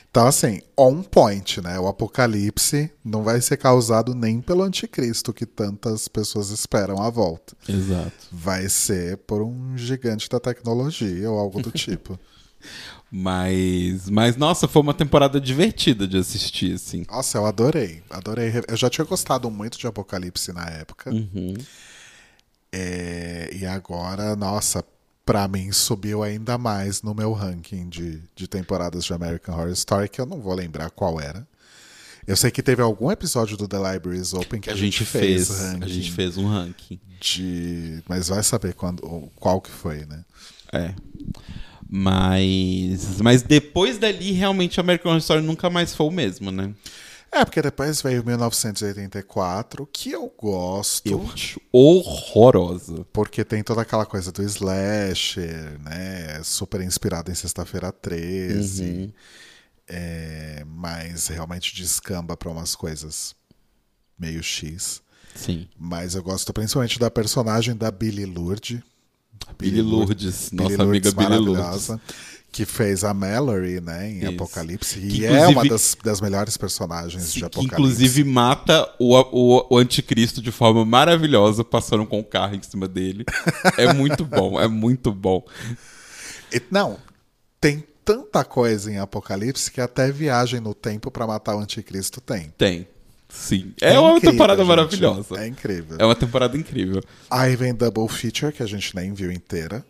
S1: Então, assim, on point, né? O apocalipse não vai ser causado nem pelo anticristo que tantas pessoas esperam à volta.
S2: Exato.
S1: Vai ser por um gigante da tecnologia ou algo do tipo.
S2: Mas, mas, nossa, foi uma temporada divertida de assistir, assim.
S1: Nossa, eu adorei. Adorei. Eu já tinha gostado muito de Apocalipse na época.
S2: Uhum.
S1: É, e agora, nossa, pra mim subiu ainda mais no meu ranking de, de temporadas de American Horror Story, que eu não vou lembrar qual era. Eu sei que teve algum episódio do The Libraries Open que a,
S2: a gente, fez, a gente fez um ranking.
S1: de, mas vai saber quando, qual que foi, né?
S2: É. Mas, mas depois dali, realmente, a American Horror Story nunca mais foi o mesmo, né?
S1: É, porque depois veio 1984, que eu gosto,
S2: Eu acho horrorosa.
S1: porque tem toda aquela coisa do slasher, né? Super inspirado em Sexta-feira 13.
S2: Uhum.
S1: É, mas realmente descamba pra umas coisas meio X.
S2: Sim.
S1: Mas eu gosto principalmente da personagem da Billy Lourdes.
S2: Billy Lourdes,
S1: Billie
S2: nossa amiga Billy Lourdes.
S1: maravilhosa, Que fez a Mallory, né, em
S2: Isso.
S1: Apocalipse.
S2: Que,
S1: e é uma
S2: inclusive-
S1: das, das melhores personagens de
S2: Que
S1: Apocalipse.
S2: inclusive mata o, o, o anticristo de forma maravilhosa, passando com o carro em cima dele. É muito bom, é muito bom.
S1: E- não, tem tanta coisa em Apocalipse que até viagem no tempo pra matar o anticristo tem.
S2: Tem. Sim. É, uma
S1: incrível,
S2: temporada
S1: gente,
S2: maravilhosa.
S1: É incrível.
S2: É uma temporada incrível.
S1: Aí vem Double Feature, que a gente nem viu inteira.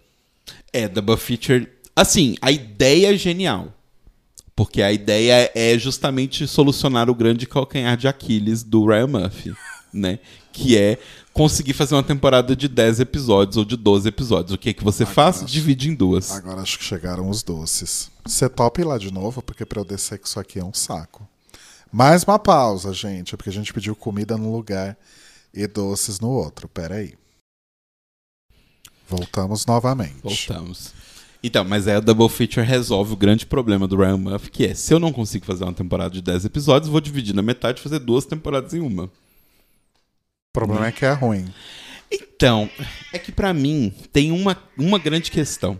S2: É, Double Feature. Assim, a ideia é genial. Porque a ideia é justamente solucionar o grande calcanhar de Aquiles do Ryan Murphy, né? Que é conseguir fazer uma temporada de 10 episódios ou de 12 episódios. O que é que você faz? Divide em duas.
S1: Agora acho que chegaram os doces. Você topa ir lá de novo, porque pra eu descer que isso aqui é um saco. Mais uma pausa, gente, é porque a gente pediu comida num lugar e doces no outro. Peraí. Voltamos novamente.
S2: Voltamos. Então, mas aí a Double Feature resolve o grande problema do Ryan Murphy, que é, se eu não consigo fazer uma temporada de 10 episódios, vou dividir na metade e fazer duas temporadas em uma.
S1: O problema é que é ruim.
S2: Então, é que pra mim tem uma, uma grande questão.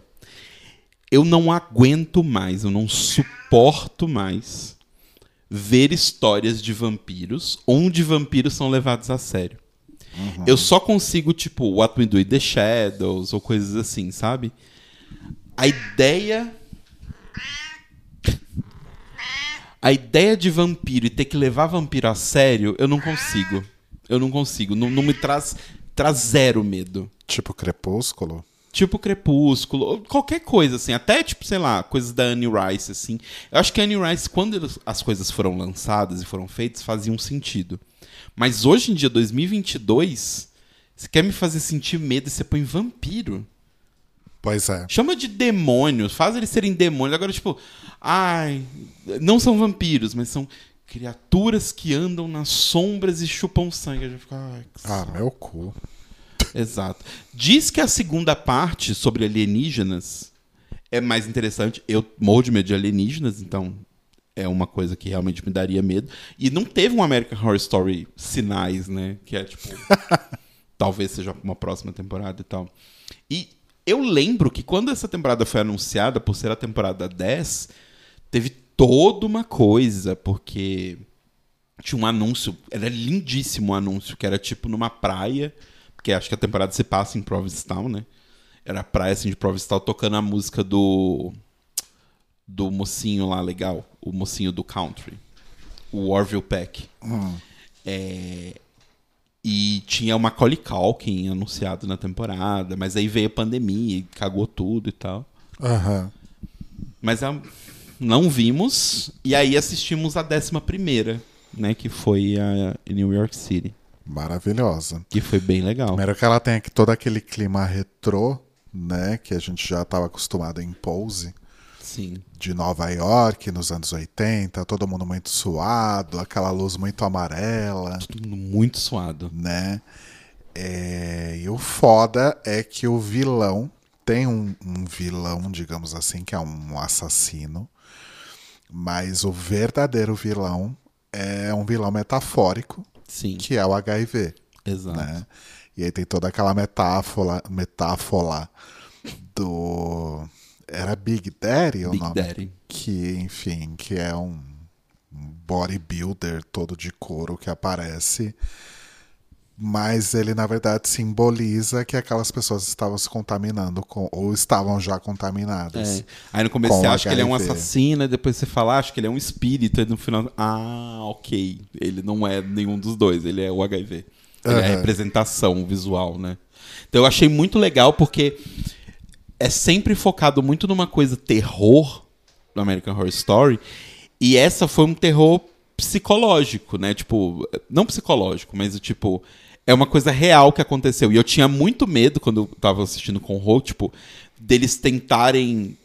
S2: Eu não aguento mais, eu não suporto mais ver histórias de vampiros onde vampiros são levados a sério. Eu só consigo, tipo, What We Do in the Shadows ou coisas assim, sabe? A ideia. A ideia de vampiro e ter que levar vampiro a sério, eu não consigo. Eu não consigo. Não, não me traz, traz zero medo.
S1: Tipo Crepúsculo.
S2: Tipo Crepúsculo, ou qualquer coisa, assim. Até, tipo, sei lá, coisas da Annie Rice, assim. Eu acho que a Annie Rice, quando elas- as coisas foram lançadas e foram feitas, faziam sentido. Mas hoje em dia, 2022, você quer me fazer sentir medo e você põe vampiro?
S1: Pois é.
S2: Chama de demônios, faz eles serem demônios. Agora, tipo, ai, não são vampiros, mas são criaturas que andam nas sombras e chupam sangue. A gente fica, ai, que
S1: Ah, meu cu.
S2: Exato. Diz que a segunda parte sobre alienígenas é mais interessante. Eu morro de medo de alienígenas, então é uma coisa que realmente me daria medo. E não teve um American Horror Story sinais, né? Que é tipo. talvez seja pra uma próxima temporada e tal. E eu lembro que quando essa temporada foi anunciada, por ser a temporada 10, teve toda uma coisa, porque tinha um anúncio, era lindíssimo o anúncio, que era tipo numa praia, porque acho que a temporada se passa em Provincetown, né? Era a praia assim de Provincetown tocando a música do do mocinho lá legal, o mocinho do country, o Orville Peck.
S1: Hum.
S2: É, e tinha o Macaulay Culkin anunciado na temporada, mas aí veio a pandemia e cagou tudo e tal.
S1: Aham.
S2: Mas a- não vimos. E aí assistimos a décima primeira, né? Que foi a em New York City.
S1: Maravilhosa.
S2: Que foi bem legal.
S1: Primeiro que ela tem aqui todo aquele clima retrô, né? Que a gente já estava acostumado em Pose.
S2: Sim.
S1: de Nova York nos anos 80, todo mundo muito suado, aquela luz muito amarela,
S2: Todo mundo muito suado.
S1: né? É, e o foda é que o vilão tem um, um vilão, digamos assim, que é um assassino, mas o verdadeiro vilão é um vilão metafórico,
S2: Sim,
S1: que é o HIV,
S2: exato.
S1: né? E aí tem toda aquela metáfora, metáfora do era Big Daddy É o
S2: Big
S1: nome?
S2: Daddy.
S1: que, enfim, que é um um bodybuilder todo de couro que aparece, mas ele na verdade simboliza que aquelas pessoas estavam se contaminando com ou estavam já contaminadas.
S2: É. Aí no começo
S1: Com
S2: você acha que ele é um
S1: HIV.
S2: assassino, e depois você fala, acho que ele é um espírito, e no final, ah, ok. Ele não é nenhum dos dois, ele é o HIV. Ele é a
S1: Aham.
S2: representação visual, né? Então eu achei muito legal porque é sempre focado muito numa coisa terror do American Horror Story, e essa foi um terror psicológico, né? Tipo, não psicológico, mas tipo, é uma coisa real que aconteceu. E eu tinha muito medo quando eu tava assistindo com o Ho, tipo, deles tentarem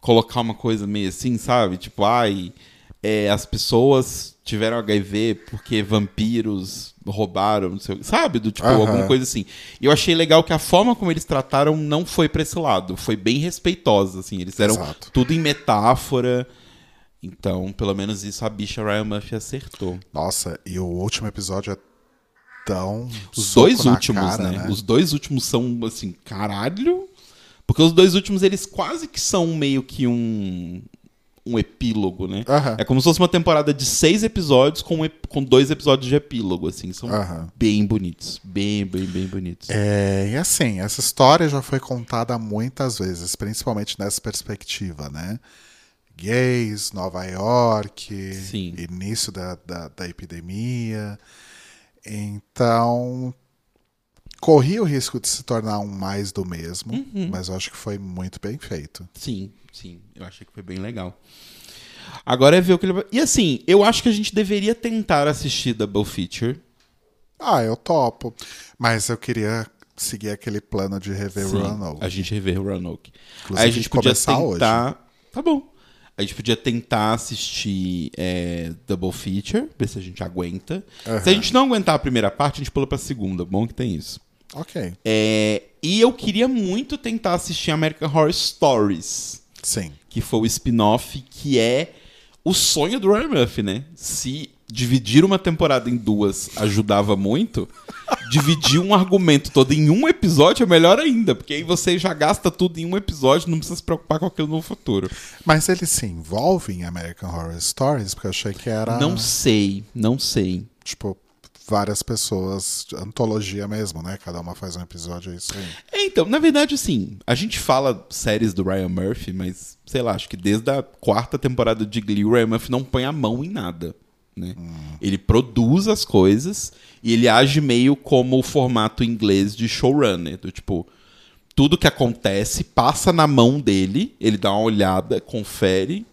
S2: colocar uma coisa meio assim, sabe? Tipo, ai, é, as pessoas tiveram HIV porque vampiros roubaram, não sei, o- sabe? Do tipo,
S1: Aham.
S2: alguma coisa assim. E eu achei legal que a forma como eles trataram não foi pra esse lado, foi bem respeitosa, assim. Eles eram
S1: Exato.
S2: tudo em metáfora. Então, pelo menos isso a bicha Ryan Murphy acertou.
S1: Nossa, e o último episódio é tão.
S2: Os
S1: soco
S2: dois
S1: na
S2: últimos,
S1: cara,
S2: né? Os dois últimos são assim, caralho. Porque os dois últimos, eles quase que são meio que um. um epílogo, né?
S1: Aham.
S2: É como se fosse uma temporada de seis episódios com, um ep- com dois episódios de epílogo, assim. São
S1: Aham.
S2: bem bonitos. Bem, bem, bem bonitos.
S1: É, e assim, essa história já foi contada muitas vezes, principalmente nessa perspectiva, né? Gays, Nova York,
S2: Sim.
S1: início da, da, da epidemia. Então, corri o risco de se tornar um mais do mesmo,
S2: Uhum.
S1: mas eu acho que foi muito bem feito.
S2: Sim, sim. Eu achei que foi bem legal. Agora é ver o que ele vai. E assim, eu acho que a gente deveria tentar assistir Double Feature.
S1: Ah, eu topo. Mas eu queria seguir aquele plano de rever
S2: Sim,
S1: Ronald.
S2: A gente rever Roanoke.
S1: Inclusive,
S2: Aí a gente podia
S1: começar hoje.
S2: tentar. Tá bom. A gente podia tentar assistir é, Double Feature, ver se a gente aguenta. Se a gente não aguentar a primeira parte, a gente pula pra segunda. Bom que tem isso.
S1: Ok,
S2: É, e eu queria muito tentar assistir American Horror Stories,
S1: sim.
S2: que foi o spin-off que é o sonho do Ryan Murphy, né? Se dividir uma temporada em duas ajudava muito, dividir um argumento todo em um episódio é melhor ainda, porque aí você já gasta tudo em um episódio, não precisa se preocupar com aquilo no futuro.
S1: Mas ele se envolve em American Horror Stories, porque eu achei que era,
S2: Não sei, não sei.
S1: tipo, várias pessoas, antologia mesmo, né? Cada uma faz um episódio, é isso aí.
S2: É, então, na verdade, assim, a gente fala séries do Ryan Murphy, mas, sei lá, acho que desde a quarta temporada de Glee, o Ryan Murphy não põe a mão em nada, né? Ele produz as coisas e ele age meio como o formato inglês de showrunner, do tipo, tudo que acontece passa na mão dele, ele dá uma olhada, confere,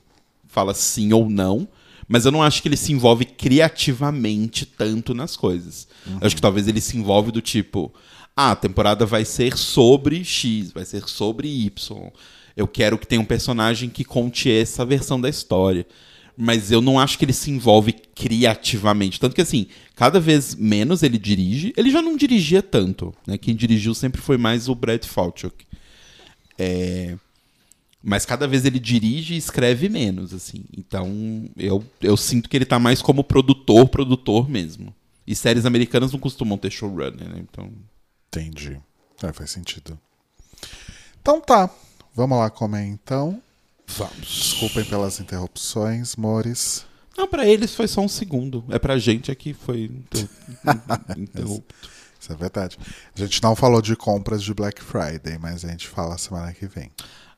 S2: fala sim ou não, mas eu não acho que ele se envolve criativamente tanto nas coisas. Eu acho que talvez ele se envolve do tipo, ah, a temporada vai ser sobre X, vai ser sobre Y. Eu quero que tenha um personagem que conte essa versão da história. Mas eu não acho que ele se envolve criativamente. Tanto que, assim, cada vez menos ele dirige. Ele já não dirigia tanto. Né? Quem dirigiu sempre foi mais o Brad Falchuk. Mas cada vez ele dirige e escreve menos, assim. Então, eu, eu sinto que ele tá mais como produtor, produtor mesmo. E séries americanas não costumam ter showrunner, né? Então,
S1: Entendi. É, faz sentido. Então tá, vamos lá comer então.
S2: vamos.
S1: Desculpem pelas interrupções, mores.
S2: Não, pra eles foi só um segundo. É pra gente aqui foi... inter- interrupto.
S1: Isso é verdade. A gente não falou de compras de Black Friday, mas a gente fala semana que vem.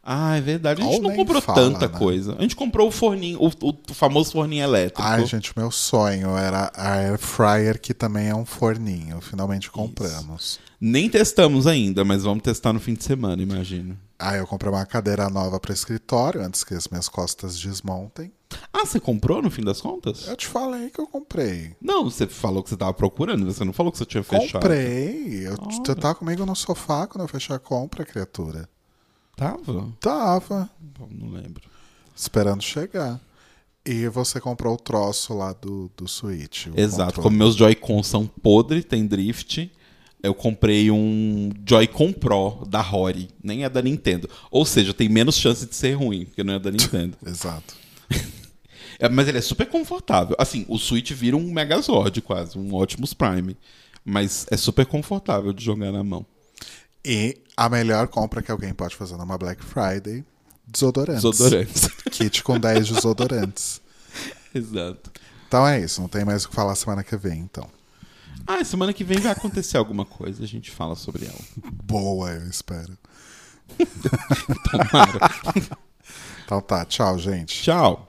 S2: Ah, é verdade. A gente
S1: Ou
S2: não
S1: nem
S2: comprou
S1: fala,
S2: tanta
S1: né?
S2: coisa. A gente comprou o forninho, o, o famoso forninho elétrico.
S1: Ai, gente, meu sonho era a Air Fryer, que também é um forninho. Finalmente compramos.
S2: Nem testamos ainda, mas vamos testar no fim de semana, imagino.
S1: Ah, eu comprei uma cadeira nova para escritório antes que as minhas costas desmontem.
S2: Ah, você comprou no fim das contas?
S1: Eu te falei que eu comprei.
S2: Não, você falou que você tava procurando, você não falou que você tinha fechado.
S1: Comprei. Eu,
S2: Olha.
S1: Você tava comigo no sofá quando eu fechei a compra, criatura.
S2: Tava?
S1: Tava.
S2: Bom, não lembro.
S1: Esperando chegar. E você comprou o troço lá do, do Switch. o
S2: Exato.
S1: controle.
S2: Como meus Joy-Cons são podres, tem drift, eu comprei um Joy-Con Pro da Rory. Nem é da Nintendo. Ou seja, tem menos chance de ser ruim, porque não é da Nintendo.
S1: Exato.
S2: É, mas ele é super confortável. Assim, o Switch vira um Megazord quase, um Optimus Prime. Mas é super confortável de jogar na mão.
S1: E a melhor compra que alguém pode fazer numa Black Friday:
S2: É
S1: desodorantes.
S2: um Desodorante.
S1: Kit com 10 desodorantes.
S2: Exato.
S1: Então é isso. Não tem mais o que falar semana que vem, então.
S2: Ah, semana que vem vai acontecer alguma coisa, a gente fala sobre ela.
S1: Boa, eu espero.
S2: Tomara.
S1: Então tá. Tchau, gente.
S2: Tchau.